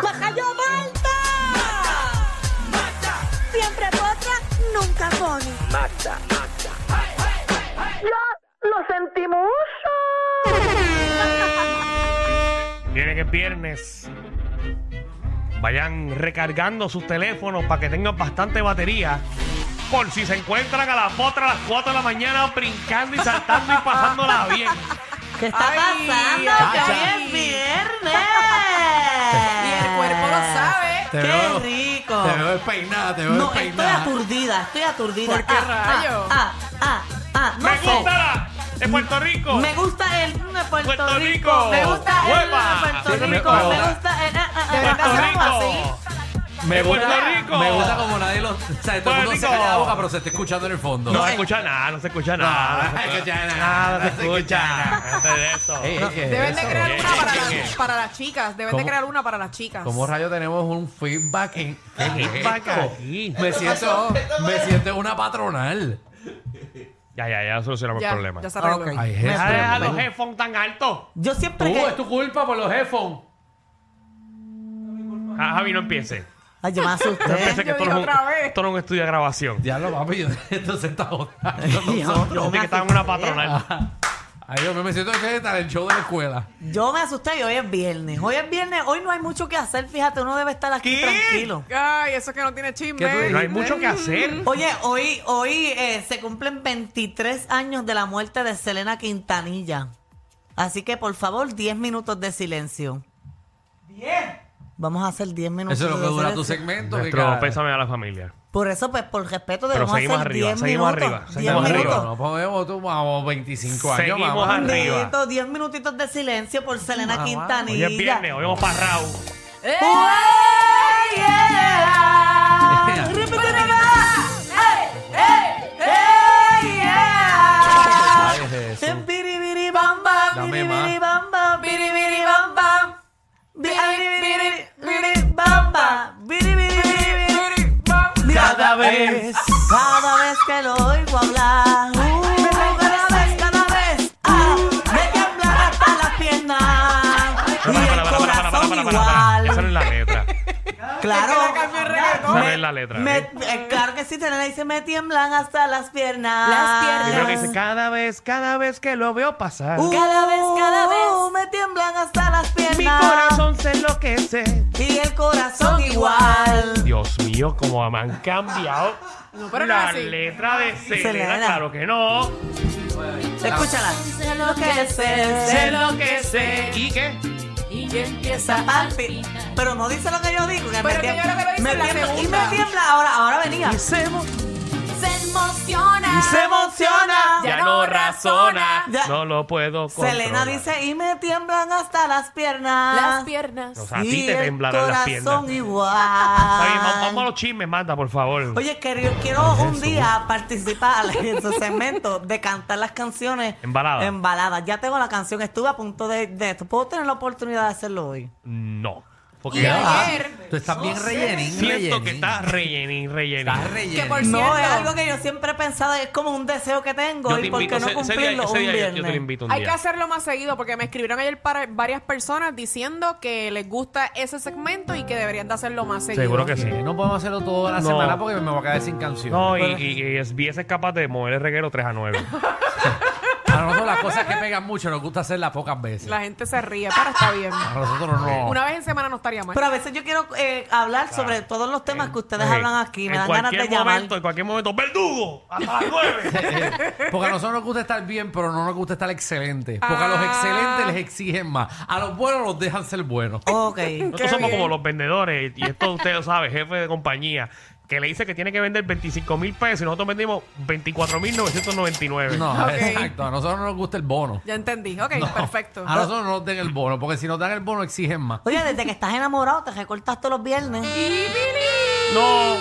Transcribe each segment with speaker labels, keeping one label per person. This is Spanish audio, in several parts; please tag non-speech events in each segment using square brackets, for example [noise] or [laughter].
Speaker 1: ¡Majayo Malta! Siempre potra, nunca pony. ¡Ya lo sentimos!
Speaker 2: Tiene que viernes. Vayan recargando sus teléfonos para que tengan bastante batería. Por si se encuentran a las potras a las 4 de la mañana brincando y saltando y
Speaker 3: [laughs]
Speaker 2: pasándola bien.
Speaker 3: ¿Qué está
Speaker 4: Ay,
Speaker 3: pasando?
Speaker 4: chacha.
Speaker 3: Que hoy es viernes.
Speaker 4: [laughs] Y el cuerpo lo sabe.
Speaker 3: Qué rico.
Speaker 4: Te veo despeinada, te veo
Speaker 3: No, estoy
Speaker 4: despeinada.
Speaker 3: aturdida, estoy aturdida.
Speaker 4: ¿Por qué
Speaker 3: Ah,
Speaker 4: rayo?
Speaker 3: Ah, ah, ah, ah, no
Speaker 2: ¡Me
Speaker 3: sé.
Speaker 2: gusta la de Puerto Rico!
Speaker 3: Me gusta el de Puerto,
Speaker 2: Puerto
Speaker 3: Rico.
Speaker 2: Rico.
Speaker 3: Me gusta el
Speaker 2: Hueva.
Speaker 4: Ah,
Speaker 3: de Puerto
Speaker 4: Sí, me-
Speaker 3: Rico.
Speaker 4: me
Speaker 3: Me
Speaker 4: gusta.
Speaker 3: gusta el. ah, ah, ah,
Speaker 4: verdad,
Speaker 2: ¡Puerto
Speaker 3: ah,
Speaker 4: hacemos
Speaker 3: ah,
Speaker 2: Rico!
Speaker 4: me
Speaker 2: ¡De
Speaker 4: gusta,
Speaker 2: Puerto Rico!
Speaker 4: me gusta como nadie lo. O sea, todo el
Speaker 2: Puerto
Speaker 4: mundo se
Speaker 2: Rico.
Speaker 4: calla la boca, pero se está escuchando en el fondo.
Speaker 2: No, se escucha nada, no se escucha nada.
Speaker 4: no se escucha nada,
Speaker 2: Nada se
Speaker 4: no se escucha
Speaker 2: escucha. Antes de eso.
Speaker 4: Ey, ey, ¿qué es
Speaker 5: Deben de
Speaker 4: eso?
Speaker 5: crear
Speaker 2: Oye,
Speaker 5: una para,
Speaker 2: oye,
Speaker 5: las,
Speaker 2: oye.
Speaker 5: para las chicas. Deben
Speaker 4: ¿Cómo?
Speaker 5: de crear una para las chicas.
Speaker 4: ¿Cómo rayo tenemos un feedback en ¿Qué es
Speaker 2: Feedback
Speaker 4: esto?
Speaker 2: aquí.
Speaker 4: Me siento, me siento una patronal.
Speaker 2: Ya, ya, ya solucionamos
Speaker 5: ya,
Speaker 2: el problema.
Speaker 5: ya se
Speaker 3: Ah,
Speaker 2: [laughs]
Speaker 5: arregló.
Speaker 3: ok.
Speaker 4: Ay,
Speaker 2: Deja
Speaker 4: jefe,
Speaker 2: de dejar los
Speaker 4: hombre.
Speaker 2: headphones tan altos.
Speaker 3: Yo siempre
Speaker 4: Tú, es
Speaker 3: que.
Speaker 4: tu culpa por los headphones.
Speaker 2: Ja- Javi, no empiece.
Speaker 3: Ay, yo me
Speaker 2: No
Speaker 3: asusté.
Speaker 2: empiece que
Speaker 5: Yo
Speaker 2: esto
Speaker 5: dije
Speaker 2: no, es un,
Speaker 5: otra vez.
Speaker 2: esto no es un estudio de grabación.
Speaker 4: Diablo, papi, yo- [laughs] esto se está
Speaker 3: [laughs]
Speaker 4: jodiendo.
Speaker 3: Yo- yo
Speaker 2: Yo
Speaker 3: me
Speaker 2: que estaba en una
Speaker 3: asusté.
Speaker 2: patronal.
Speaker 4: Ay, Dios mío, me siento que está en el show de la escuela.
Speaker 3: Yo me asusté y hoy es viernes. Hoy es viernes, hoy no hay mucho que hacer, fíjate, uno debe estar aquí
Speaker 2: ¿Qué?
Speaker 3: tranquilo.
Speaker 5: Ay, eso que no tiene chisme.
Speaker 4: ¿Qué tú dices?
Speaker 2: No hay mucho que hacer.
Speaker 3: Oye, hoy, hoy eh, se cumplen 23 años de la muerte de Selena Quintanilla. Así que por favor, 10 minutos de silencio. ¿10? Vamos a hacer 10 minutos
Speaker 4: Eso es lo que
Speaker 3: de
Speaker 4: dura tu
Speaker 3: silencio.
Speaker 4: segmento. que
Speaker 2: Nuestro
Speaker 4: cada-
Speaker 2: pésame a la familia.
Speaker 3: Por eso, pues, por respeto,
Speaker 2: Pero
Speaker 3: debemos
Speaker 2: seguimos
Speaker 3: hacer
Speaker 2: arriba,
Speaker 3: 10
Speaker 2: seguimos
Speaker 3: minutos.
Speaker 2: arriba,
Speaker 3: 10
Speaker 2: seguimos
Speaker 4: Arriba,
Speaker 3: minutos.
Speaker 4: No podemos, tú vamos 25 años,
Speaker 2: Seguimos
Speaker 4: vamos.
Speaker 2: arriba.
Speaker 3: Bendito, 10 minutitos de silencio por Selena
Speaker 2: Hoy
Speaker 3: Quintanilla.
Speaker 2: es viernes, hoy vamos para Raúl.
Speaker 5: ¡Eh!
Speaker 3: ¡Ué, yeah!
Speaker 5: [laughs]
Speaker 4: Yeah.
Speaker 3: Repite, yeah!
Speaker 4: Ay, Jesús.
Speaker 3: Biribiri bam bam,
Speaker 4: Dame
Speaker 3: biribiri
Speaker 4: más.
Speaker 3: bam bam, biribiri bam bam. Biribiri, biribiri bam bam, biribiri, biribiri bam.
Speaker 4: Cada vez.
Speaker 3: Cada vez que lo oigo hablar, uh, cada vez, cada vez, ah, me tiemblan hasta las piernas y
Speaker 2: Para, para, para, para, para,
Speaker 3: el
Speaker 2: para,
Speaker 3: corazón
Speaker 2: para, para, para. Esa no
Speaker 3: igual.
Speaker 2: es la letra.
Speaker 3: Claro.
Speaker 2: Esa no es la letra.
Speaker 3: Me-
Speaker 2: ¿eh?
Speaker 3: eh, claro que sí, Tenela dice, me tiemblan hasta las piernas.
Speaker 5: Las piernas.
Speaker 2: Yo creo que dice cada vez, cada vez que lo veo pasar.
Speaker 3: Uh,
Speaker 5: Cada vez, cada vez.
Speaker 3: Me tiemblan hasta las piernas.
Speaker 2: mi corazón se enloquece.
Speaker 3: Y el corazón igual.
Speaker 2: Dios mío, cómo me han cambiado
Speaker 5: pero no es
Speaker 2: la
Speaker 5: así.
Speaker 2: letra de Selena.
Speaker 3: Selena.
Speaker 2: Claro que no.
Speaker 3: Escúchala. Se enloquece, se
Speaker 2: enloquece. ¿Y qué?
Speaker 5: Y empieza
Speaker 3: enloquece. Palpi- Pero no dice lo que yo digo. Que
Speaker 5: Pero
Speaker 3: me
Speaker 5: que
Speaker 3: tiembla-
Speaker 5: yo lo que dice
Speaker 3: me
Speaker 5: es la
Speaker 3: tiembla- Y me
Speaker 5: segunda.
Speaker 3: tiembla. Ahora, ahora venía.
Speaker 2: se,
Speaker 5: Se emociona.
Speaker 3: emociona.
Speaker 5: Ya no razona.
Speaker 3: Ya.
Speaker 2: No lo puedo controlar.
Speaker 3: Selena dice, y me tiemblan hasta las piernas.
Speaker 5: Las piernas.
Speaker 2: O sea, a
Speaker 3: Y
Speaker 2: ti te
Speaker 3: el
Speaker 2: temblarán las piernas.
Speaker 3: corazón
Speaker 2: Está bien, vamos, vamos a
Speaker 3: igual.
Speaker 2: los chismes, manda, por favor.
Speaker 3: Oye, querido, quiero un día participar en su segmento de cantar las canciones
Speaker 2: En balada.
Speaker 3: En balada. Ya tengo la canción, estuve a punto de, de esto. ¿Puedo tener la oportunidad de hacerlo hoy?
Speaker 2: No. Porque
Speaker 5: Y
Speaker 2: ya
Speaker 5: ayer,
Speaker 4: Ah, Tú estás bien rellenín,
Speaker 2: siento
Speaker 4: rellenín.
Speaker 2: que está rellenín, rellenín.
Speaker 4: Estás rellenín.
Speaker 5: Que por
Speaker 3: No,
Speaker 5: cierto.
Speaker 3: es algo que yo siempre he pensado, es como un deseo que tengo
Speaker 2: Yo te
Speaker 3: y por
Speaker 2: invito,
Speaker 3: qué no
Speaker 2: ese- ese día-
Speaker 3: cumplirlo
Speaker 2: ese
Speaker 3: un
Speaker 2: día yo- Yo te lo
Speaker 3: viernes.
Speaker 2: invito un
Speaker 5: hay que
Speaker 2: día.
Speaker 5: hacerlo más seguido porque me escribieron ayer para varias personas diciendo que les gusta ese segmento y que deberían de hacerlo más seguido.
Speaker 2: Seguro que sí.
Speaker 4: Eh, No podemos hacerlo toda la
Speaker 2: No.
Speaker 4: semana porque me voy a quedar sin canción.
Speaker 2: No, y, y, y SBS es capaz de mover el reguero 3 a 9.
Speaker 4: A nosotros las cosas que pegan mucho nos gusta hacerlas pocas veces.
Speaker 5: La gente se ríe, pero está bien.
Speaker 4: A nosotros no.
Speaker 5: Una vez en semana no estaría mal.
Speaker 3: Pero a veces yo quiero eh, hablar sobre todos los temas que [laughs] ustedes
Speaker 2: Ok.
Speaker 3: hablan aquí. Me
Speaker 2: en
Speaker 3: dan ganas de
Speaker 2: cualquier
Speaker 3: llamar.
Speaker 2: momento, En cualquier momento, ¡verdugo! ¡Hasta las
Speaker 3: [laughs]
Speaker 2: 9!
Speaker 4: Eh, porque a nosotros nos gusta estar bien, pero no nos gusta estar excelentes. Porque a los
Speaker 5: Ah.
Speaker 4: excelentes les exigen más. A los buenos los dejan ser buenos.
Speaker 3: Ok.
Speaker 2: Nosotros somos como los vendedores, y esto usted lo sabe, jefe de compañía, que le dice que tiene que vender 25 mil pesos y nosotros vendimos 24 mil 999.
Speaker 4: No,
Speaker 5: Ok.
Speaker 4: exacto. A nosotros no nos gusta el bono.
Speaker 5: Ya entendí. Ok, perfecto.
Speaker 4: A nosotros no nos den el bono, porque si nos dan el bono exigen más.
Speaker 3: Oye, desde que estás enamorado, te recortas todos los viernes.
Speaker 2: No.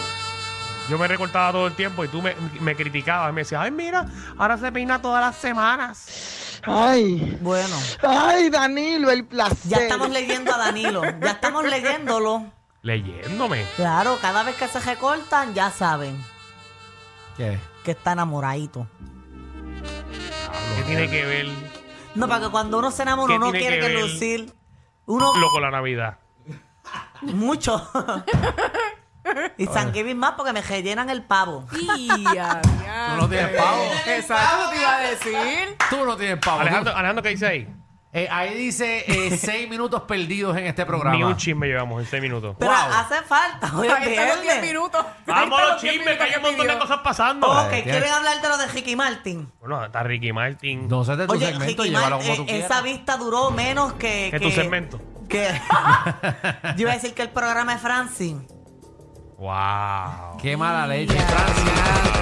Speaker 2: Yo me recortaba todo el tiempo y tú me, me criticabas y me decías, ay, mira, ahora se peina todas las semanas.
Speaker 6: Ay,
Speaker 3: Bueno,
Speaker 6: ay, Danilo, el placer.
Speaker 3: ya estamos leyendo a Danilo. Ya estamos leyéndolo.
Speaker 2: Leyéndome.
Speaker 3: Claro, cada vez que se recortan, ya saben
Speaker 4: ¿Qué?
Speaker 3: que está enamoradito.
Speaker 2: ¿Qué tiene que ver
Speaker 3: No, para que cuando uno se enamora,
Speaker 2: ¿Qué
Speaker 3: uno
Speaker 2: tiene
Speaker 3: quiere
Speaker 2: que
Speaker 3: que
Speaker 2: ver?
Speaker 3: lucir. Uno,
Speaker 2: lo con la Navidad?
Speaker 3: Mucho. [laughs] y San Giving más porque me rellenan el pavo.
Speaker 4: Tú no tienes pavo.
Speaker 5: Exacto, te iba a decir.
Speaker 4: Tú no tienes pavo.
Speaker 2: Alejandro, Alejandro, ¿qué dice ahí?
Speaker 4: Eh, ahí dice
Speaker 5: [laughs]
Speaker 4: eh, seis minutos perdidos en este programa.
Speaker 2: Ni un chisme llevamos en seis minutos.
Speaker 3: Pero
Speaker 4: Wow.
Speaker 3: hace falta. Hoy es
Speaker 5: Ahí están los 10
Speaker 3: viernes.
Speaker 5: minutos.
Speaker 2: Vamos los chismes, que hay un montón de cosas pasando.
Speaker 3: Ok,
Speaker 4: Ay,
Speaker 3: ¿quieren
Speaker 4: tienes-
Speaker 3: hablar de lo de Ricky Martin?
Speaker 2: Bueno, está Ricky Martin.
Speaker 4: No sé de este tu
Speaker 3: Oye,
Speaker 4: segmento,
Speaker 3: Ricky
Speaker 4: llévalo
Speaker 3: Martin,
Speaker 4: como tú
Speaker 3: eh,
Speaker 4: quieras.
Speaker 3: esa vista duró menos que...
Speaker 2: Que tu segmento.
Speaker 3: que-
Speaker 4: [laughs]
Speaker 3: [laughs] Yo iba a decir que el programa es Francis.
Speaker 2: Wow.
Speaker 4: Qué mala leche. Francis,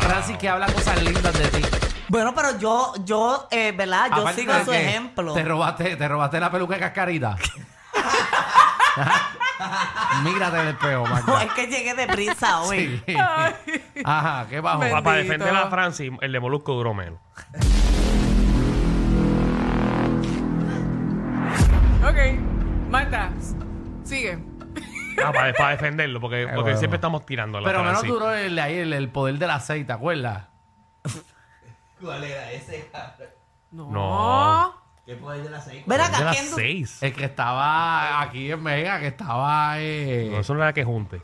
Speaker 4: Francis que habla cosas lindas de ti.
Speaker 3: Bueno, pero yo, yo, eh, ¿verdad? Yo
Speaker 4: Aparte
Speaker 3: sigo
Speaker 4: de
Speaker 3: su
Speaker 4: que
Speaker 3: ejemplo. [laughs]
Speaker 4: Te robaste, te robaste la peluca de cascarita. Mírate en el peo,
Speaker 3: No,
Speaker 4: Magda.
Speaker 3: es que llegué de prisa hoy.
Speaker 4: [laughs] Sí. Ajá, qué bajo.
Speaker 5: Bendito.
Speaker 2: Para defender a Francis, el de Molusco duró menos.
Speaker 5: Ok, Marta, sigue.
Speaker 2: Ah, para, para defenderlo, porque, porque
Speaker 4: bueno.
Speaker 2: siempre estamos tirando a la
Speaker 4: Pero menos
Speaker 2: Francis.
Speaker 4: duró el, ahí el, el poder del aceite, ¿te acuerdas?
Speaker 5: No.
Speaker 2: No.
Speaker 3: Ven
Speaker 2: Es de
Speaker 3: acá,
Speaker 2: las
Speaker 3: ¿quién du-
Speaker 2: seis.
Speaker 4: El que estaba aquí en Mega, que estaba. eh,
Speaker 2: No, eso no era que junte.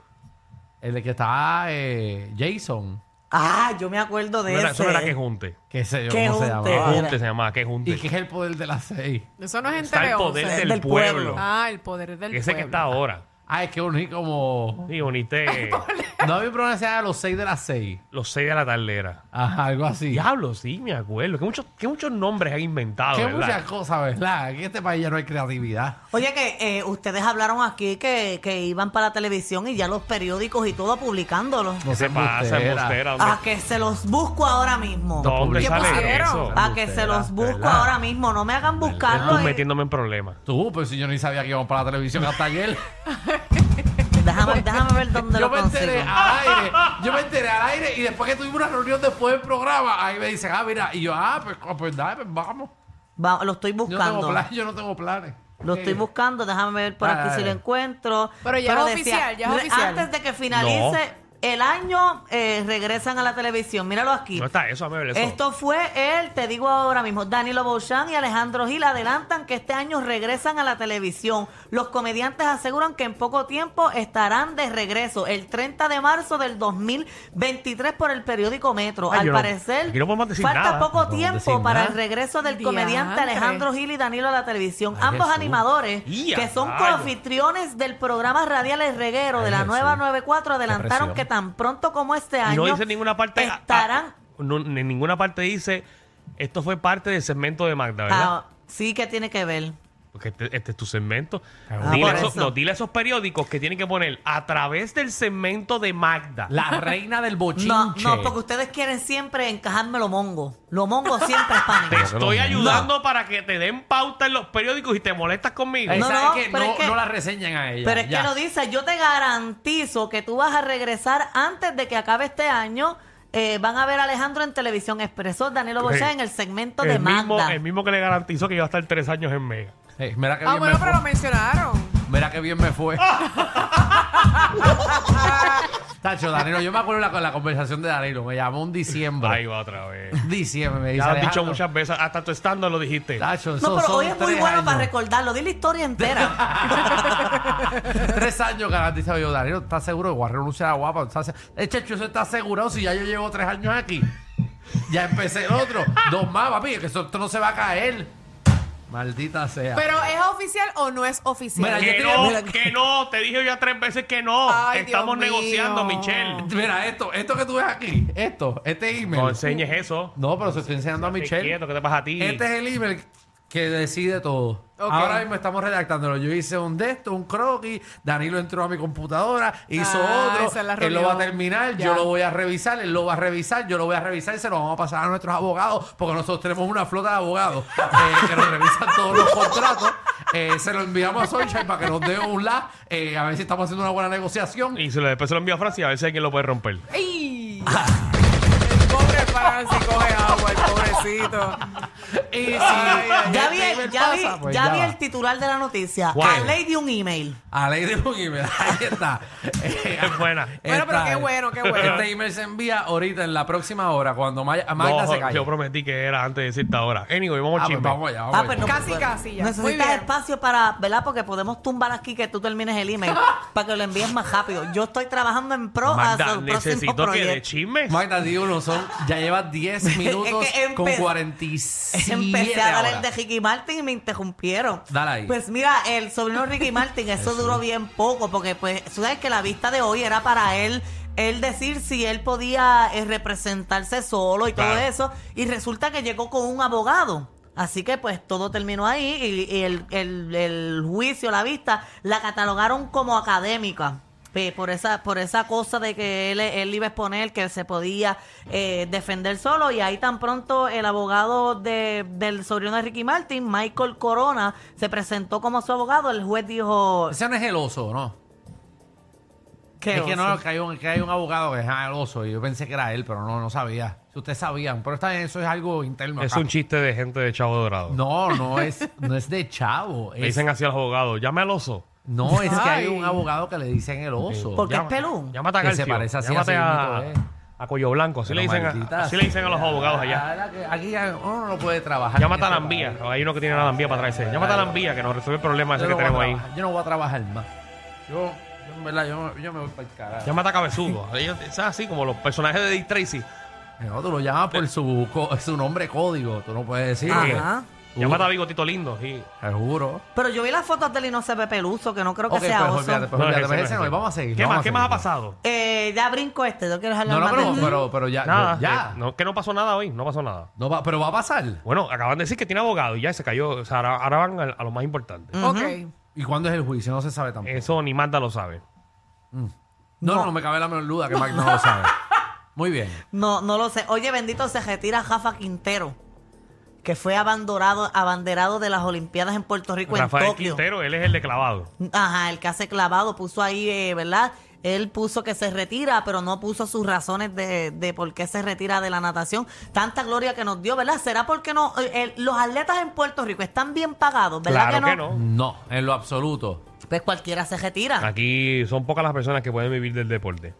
Speaker 4: El que estaba eh, Jason,
Speaker 3: Ah, yo me acuerdo de
Speaker 2: No era- eso
Speaker 3: ese.
Speaker 2: no era que junte.
Speaker 4: que sé yo
Speaker 3: Qué
Speaker 4: cómo se
Speaker 3: junte.
Speaker 2: Que
Speaker 3: Ah.
Speaker 4: llamaba.
Speaker 2: junte se llamaba, que
Speaker 4: Y
Speaker 2: junte.
Speaker 4: que es el poder del aceite.
Speaker 5: Eso no es entre
Speaker 2: Está el poder
Speaker 5: once.
Speaker 2: del,
Speaker 3: Del pueblo.
Speaker 2: pueblo.
Speaker 5: Ah, el poder del
Speaker 2: Ese que
Speaker 5: pueblo.
Speaker 2: está ahora.
Speaker 4: Ah, es que uní como.
Speaker 2: Y uniste
Speaker 4: No había pronunciado a los 6 de las 6.
Speaker 2: los seis de la tarde era.
Speaker 4: Ajá, algo así.
Speaker 2: Diablo, sí, me acuerdo. Que muchos, que muchos nombres han inventado,
Speaker 4: Qué
Speaker 2: ¿verdad?
Speaker 4: muchas cosas, ¿verdad? Aquí en este país ya no hay creatividad.
Speaker 3: Oye, que eh, ustedes hablaron aquí que, que iban para la televisión y ya los periódicos y todo publicándolo.
Speaker 4: No
Speaker 2: ¿Qué se pasa,
Speaker 4: embustera.
Speaker 2: embustera? ¿Dónde-
Speaker 3: A que se los busco ahora mismo.
Speaker 2: ¿Dónde
Speaker 5: ¿Qué
Speaker 2: sale
Speaker 5: pusieron?
Speaker 2: eso?
Speaker 3: A que se los busco
Speaker 4: ¿verdad?
Speaker 3: ahora mismo. No me hagan
Speaker 2: Tú
Speaker 3: buscarlo. eh.
Speaker 2: metiéndome en problemas.
Speaker 4: Tú, pero si yo ni sabía que íbamos para la televisión hasta
Speaker 3: [laughs]
Speaker 4: ayer.
Speaker 3: Déjame, déjame ver dónde
Speaker 4: yo
Speaker 3: lo
Speaker 4: me enteré
Speaker 3: consigo.
Speaker 4: al aire. Yo me enteré al aire y después que tuvimos una reunión después del programa, ahí me dicen, ah, mira. Y yo, ah, pues, ah, pues, dale, pues vamos.
Speaker 3: Va, lo estoy
Speaker 4: Yo no, tengo
Speaker 3: buscando.
Speaker 4: planes, yo no tengo planes.
Speaker 3: Lo estoy
Speaker 4: Eh,
Speaker 3: buscando. Déjame ver por
Speaker 4: Dale,
Speaker 3: aquí si
Speaker 4: dale.
Speaker 3: lo encuentro.
Speaker 5: Pero ya es oficial, ya es
Speaker 3: re-
Speaker 5: oficial.
Speaker 3: Antes de que finalice el año, eh, regresan a la televisión. Míralo aquí.
Speaker 2: No está eso, Amel, eso.
Speaker 3: Esto fue él, te digo ahora mismo, Danilo Bouchan y Alejandro Gil adelantan que este año regresan a la televisión. Los comediantes aseguran que en poco tiempo estarán de regreso, el 30 de marzo del 2023 por el periódico Metro.
Speaker 2: Ay,
Speaker 3: Al
Speaker 2: yo no-
Speaker 3: parecer,
Speaker 2: aquí no podemos decir
Speaker 3: falta
Speaker 2: nada.
Speaker 3: poco
Speaker 4: No podemos
Speaker 3: tiempo
Speaker 4: decir
Speaker 3: para
Speaker 4: nada.
Speaker 3: el regreso del comediante
Speaker 5: Diantre.
Speaker 3: Alejandro Gil y Danilo a la televisión.
Speaker 4: Ay,
Speaker 3: Ambos
Speaker 4: Jesús.
Speaker 3: animadores,
Speaker 2: Y a
Speaker 3: que son
Speaker 2: rayos.
Speaker 3: coanfitriones del programa radial El Reguero de
Speaker 4: Ay,
Speaker 3: la
Speaker 4: Jesús.
Speaker 3: nueva 94, adelantaron
Speaker 4: presión.
Speaker 3: que tan pronto como este
Speaker 2: Y
Speaker 3: año
Speaker 2: no dice en ninguna parte. a- a-
Speaker 3: estarán...
Speaker 2: no, en ninguna parte dice. Esto fue parte del segmento de Magda, ¿verdad?
Speaker 3: Ah, sí que tiene que ver.
Speaker 2: Porque este, este es tu segmento.
Speaker 4: Ah,
Speaker 2: dile,
Speaker 3: por
Speaker 2: eso-
Speaker 3: eso.
Speaker 2: no, dile a esos periódicos que tienen que poner a través del segmento de Magda.
Speaker 4: La reina del bochinche.
Speaker 3: No, no, porque ustedes quieren siempre encajarme lo mongo. Lo mongo siempre es para mí.
Speaker 2: [laughs] te estoy ayudando para que te den pauta en los periódicos y te molestas conmigo.
Speaker 4: Eh,
Speaker 3: No,
Speaker 4: ¿sabes
Speaker 3: no,
Speaker 4: qué?
Speaker 3: pero
Speaker 4: no,
Speaker 3: es que-
Speaker 4: no la reseñan a ella.
Speaker 3: Pero es
Speaker 4: ya.
Speaker 3: que lo dice, yo te garantizo que tú vas a regresar antes de que acabe este año. Eh, van a ver a Alejandro en Televisión Expreso, Danilo Bochá
Speaker 2: Eh,
Speaker 3: en el segmento de
Speaker 2: el, mismo,
Speaker 3: Magda.
Speaker 2: el mismo que le garantizó que iba a estar tres años en Mega.
Speaker 4: Eh, mira que
Speaker 5: Ah,
Speaker 4: bien
Speaker 5: bueno,
Speaker 4: me
Speaker 5: pero lo
Speaker 4: fue.
Speaker 5: mencionaron.
Speaker 4: Mira que bien me
Speaker 3: [laughs]
Speaker 4: fue. Tacho, Danilo, yo me acuerdo la, la conversación de Danilo. Me llamó un diciembre.
Speaker 2: Ahí va otra vez.
Speaker 4: Diciembre, me dice.
Speaker 2: Ya lo has
Speaker 4: Alejandro,
Speaker 2: dicho muchas veces, hasta tu estando lo dijiste.
Speaker 4: Tacho,
Speaker 3: no,
Speaker 4: esos
Speaker 3: pero
Speaker 4: son
Speaker 3: hoy es muy
Speaker 4: tres
Speaker 3: bueno
Speaker 4: años.
Speaker 3: para recordarlo. Di la
Speaker 4: [laughs]
Speaker 3: historia entera.
Speaker 4: Tres años garantizado. Yo, Danilo, ¿estás seguro que voy a renunciar a Guapa? ¿Estás se- Eh, chacho, eso está asegurado si ya yo llevo tres años aquí. Ya empecé el otro. Dos más, papi, que eso, esto no se va a caer. Maldita sea.
Speaker 5: Pero ¿es oficial o no es oficial?
Speaker 4: Mira, yo
Speaker 2: que
Speaker 4: te-
Speaker 2: no,
Speaker 4: mira-
Speaker 2: que no, te dije ya tres veces que no.
Speaker 5: Ay,
Speaker 2: Estamos
Speaker 5: Dios mío.
Speaker 2: negociando, Michelle.
Speaker 4: Mira, esto, esto que tú ves aquí, esto, este email.
Speaker 2: No enseñes eso.
Speaker 4: No, pero se estoy enseñando a
Speaker 2: Michelle.
Speaker 4: Michelle.
Speaker 2: Quieto, ¿qué te pasa a ti?
Speaker 4: Este es el email que decide todo.
Speaker 5: Ok.
Speaker 4: Ahora mismo estamos redactándolo. Yo hice un de esto, un croquis. Danilo entró a mi computadora, hizo
Speaker 5: Ah, esa es la
Speaker 4: otro. Él lo va a
Speaker 5: reunión.
Speaker 4: terminar,
Speaker 5: Ya.
Speaker 4: yo lo voy a revisar, él lo va a revisar, yo lo voy a revisar y se lo vamos a pasar a nuestros abogados, porque nosotros tenemos una flota de abogados [laughs] eh, que nos revisan todos los contratos. Eh, se lo enviamos a Sunshine para que nos dé un la, eh, a ver si estamos haciendo una buena negociación.
Speaker 2: Y se lo, después se lo envío a Francia a ver si alguien lo puede romper.
Speaker 5: Ah. ¡Ey! El pobre para si coge agua, el pobrecito. Pobrecito.
Speaker 4: Y si
Speaker 5: Ay, ay,
Speaker 3: Ya
Speaker 4: el
Speaker 3: vi,
Speaker 4: email
Speaker 3: el, ya, vi,
Speaker 4: pasa, pues
Speaker 3: ya
Speaker 4: ya
Speaker 3: vi
Speaker 4: va.
Speaker 3: el titular de la noticia.
Speaker 2: ¿Cuál?
Speaker 3: A ley de un email.
Speaker 4: A ley de un email. [laughs] Ahí está. Eh,
Speaker 2: Es buena.
Speaker 5: Bueno, pero
Speaker 4: está.
Speaker 5: qué bueno, qué bueno.
Speaker 4: Este email se envía ahorita en la próxima hora, cuando Maya- Magda
Speaker 2: No,
Speaker 4: se calle.
Speaker 2: yo prometí que era antes de decirte ahora. Anyway, vamos
Speaker 4: Ah,
Speaker 2: al
Speaker 4: pues
Speaker 2: chisme.
Speaker 4: vamos allá, vamos
Speaker 3: Ah,
Speaker 4: allá.
Speaker 3: pues no,
Speaker 5: Casi,
Speaker 3: pues,
Speaker 5: casi ya. Muy
Speaker 3: Necesitas
Speaker 5: bien.
Speaker 3: espacio para, ¿verdad? Porque podemos tumbar aquí que tú termines el
Speaker 5: [laughs]
Speaker 3: email para que lo envíes más rápido. Yo estoy trabajando en pro a
Speaker 2: Magda,
Speaker 3: su próximo
Speaker 2: necesito que de
Speaker 3: proyecto.
Speaker 2: chismes.
Speaker 4: Magda, di uno, son, ya llevas 10 minutos
Speaker 3: empe-
Speaker 4: con 47
Speaker 3: [laughs] Empecé a dar el
Speaker 4: horas.
Speaker 3: de Ricky Martin y me interrumpieron.
Speaker 4: Dale ahí.
Speaker 3: Pues mira, el sobrino Ricky Martin, eso duró bien poco, porque pues tú sabes que la vista de hoy era para él, él decir si él podía eh, representarse solo y todo
Speaker 2: Claro.
Speaker 3: eso, y resulta que llegó con un abogado. Así que pues todo terminó ahí y, y el, el- el juicio, la vista, la catalogaron como académica. eh, Por esa, por esa cosa de que él, él iba a exponer que se podía eh, defender solo y ahí tan pronto el abogado de- del sobrino de Ricky Martin, Michael Corona, se presentó como su abogado, el juez dijo
Speaker 4: Ese no es el oso, ¿no?
Speaker 3: "Qué
Speaker 4: es que
Speaker 3: oso".
Speaker 4: no, que hay, un, que hay un abogado que es ah, el oso y yo pensé que era él, pero no, no sabía. Si ustedes sabían, pero está bien, eso es algo interno.
Speaker 2: Es
Speaker 4: acá.
Speaker 2: un chiste de gente de Chavo Dorado.
Speaker 4: No, no es, no es de chavo.
Speaker 2: Le
Speaker 4: Es,
Speaker 2: dicen así al abogado, llame al oso.
Speaker 4: no, es que hay
Speaker 5: Ay.
Speaker 4: un abogado que le dicen el oso.
Speaker 3: Porque
Speaker 2: Llama-
Speaker 3: es pelú.
Speaker 2: Llámate a
Speaker 4: Que se
Speaker 2: Calcio,
Speaker 4: parece así,
Speaker 2: Llámate
Speaker 4: así
Speaker 2: a,
Speaker 4: mismito, eh.
Speaker 2: a Cuello Blanco. Así
Speaker 4: Pero
Speaker 2: le, dicen a,
Speaker 4: maldita
Speaker 2: así le dicen a los
Speaker 4: sea,
Speaker 2: abogados allá.
Speaker 4: la Ah, que Aquí ya uno no puede trabajar.
Speaker 2: Llámate a
Speaker 4: en este
Speaker 2: Lambía.
Speaker 4: país.
Speaker 2: Hay uno que tiene la Lambía para traerse. Llámate a Lambía que nos resuelve el problema ese
Speaker 4: Yo
Speaker 2: que
Speaker 4: no, voy a
Speaker 2: tenemos ahí.
Speaker 4: trabajar, yo no voy a trabajar más. Yo, yo en verdad, yo, yo me voy para el carajo.
Speaker 2: Llámate a Cabezudo. [laughs] Ellos- Es así como los personajes de Dick Tracy.
Speaker 4: No, tú lo llamas por su, co- su nombre código. Tú no puedes decir.
Speaker 2: Ah.
Speaker 3: Ajá.
Speaker 4: Uh.
Speaker 2: Llámate Eh, a Bigotito Lindo. Y,
Speaker 4: Te juro.
Speaker 3: Pero yo vi las fotos del él y no se ve peluso, que no creo que
Speaker 4: Ok,
Speaker 3: sea
Speaker 4: pues
Speaker 3: oso.
Speaker 4: olvídate, pues
Speaker 2: No,
Speaker 4: olvídate.
Speaker 2: ese
Speaker 4: pues
Speaker 2: no,
Speaker 4: ese
Speaker 2: ese
Speaker 4: no,
Speaker 2: no.
Speaker 4: vamos a seguir.
Speaker 2: ¿Qué
Speaker 4: vamos
Speaker 2: más?
Speaker 4: a
Speaker 2: ¿Qué más ha
Speaker 4: seguir.
Speaker 2: pasado?
Speaker 3: Eh, ya brinco este, no quiero hablar
Speaker 4: No, no,
Speaker 3: más de
Speaker 4: pero,
Speaker 3: él.
Speaker 4: pero, pero ya.
Speaker 2: Nada.
Speaker 4: ya.
Speaker 2: eh, no, que no pasó nada hoy. No pasó nada.
Speaker 4: No va, pero va a pasar.
Speaker 2: Bueno, acaban de decir que tiene abogado y ya se cayó. O sea, ahora, ahora van a, a lo más importante.
Speaker 5: Ok.
Speaker 4: ¿Y cuándo es el juicio? No se sabe tampoco.
Speaker 2: Eso ni Magda lo sabe.
Speaker 4: no, no, no me cabe la menor duda que Mac no lo sabe. Muy bien.
Speaker 3: No, no lo sé. Oye, bendito se retira Jafa Quintero, que fue abandonado, abanderado de las Olimpiadas en Puerto Rico Pues en
Speaker 2: Rafael
Speaker 3: Tokio.
Speaker 2: Quintero, él es el de clavado.
Speaker 3: Ajá, el que hace clavado puso ahí, eh, ¿verdad? Él puso que se retira, pero no puso sus razones de, de por qué se retira de la natación. Tanta gloria que nos dio, ¿verdad? ¿Será porque no? eh, eh, los atletas en Puerto Rico están bien pagados, ¿verdad?
Speaker 2: Claro que no.
Speaker 4: No, en lo absoluto.
Speaker 3: Pues cualquiera se retira.
Speaker 2: Aquí son pocas las personas que pueden vivir del deporte.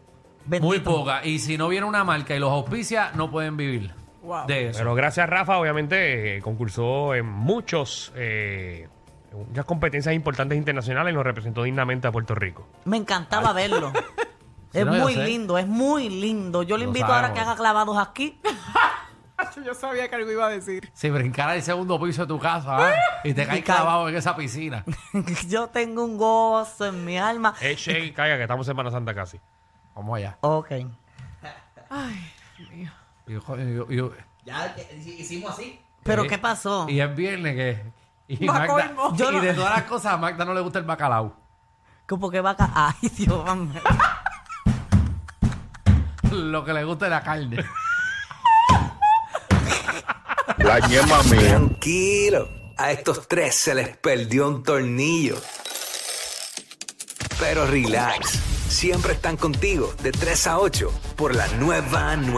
Speaker 3: Bendito.
Speaker 4: Muy poca. Y si no viene una marca y los auspicia, no pueden vivir
Speaker 5: Wow.
Speaker 4: de eso.
Speaker 2: Pero gracias a Rafa, obviamente, eh, concursó en muchos, eh, en muchas competencias importantes internacionales y nos representó dignamente a Puerto Rico.
Speaker 3: Me
Speaker 4: [laughs]
Speaker 3: encantaba verlo.
Speaker 4: Sí,
Speaker 3: es
Speaker 4: no, yo
Speaker 3: muy
Speaker 4: sé.
Speaker 3: lindo, es muy lindo. Yo le
Speaker 4: Lo
Speaker 3: invito ahora
Speaker 4: sabemos.
Speaker 3: que haga clavados aquí.
Speaker 5: Yo sabía que algo iba a decir.
Speaker 4: Si brincara el segundo piso de tu casa
Speaker 5: [laughs]
Speaker 4: ¿ah? y te caes
Speaker 3: Y cae.
Speaker 4: clavado en esa piscina.
Speaker 3: [laughs] Yo tengo un gozo en mi alma.
Speaker 2: Eh, Shea, caiga, que estamos en Semana Santa casi.
Speaker 4: Vamos allá.
Speaker 3: Ok.
Speaker 4: Y, y- y-
Speaker 7: Ya que hici- hicimos así.
Speaker 3: ¿Pero
Speaker 4: eh,
Speaker 3: qué pasó?
Speaker 4: Y es viernes que. Y,
Speaker 5: Va
Speaker 4: Magda-
Speaker 5: colmo.
Speaker 4: y
Speaker 3: Yo no-
Speaker 4: de todas las cosas, a Magda no le gusta el bacalao. [laughs]
Speaker 3: ¿Cómo que vaca? [laughs] Ay, Dios mío.
Speaker 4: Lo que le gusta es la carne.
Speaker 8: La yema mía.
Speaker 7: Tranquilo. A estos tres se les perdió un tornillo. Pero relax. Siempre están contigo de 3 a 8 por la nueva nueva.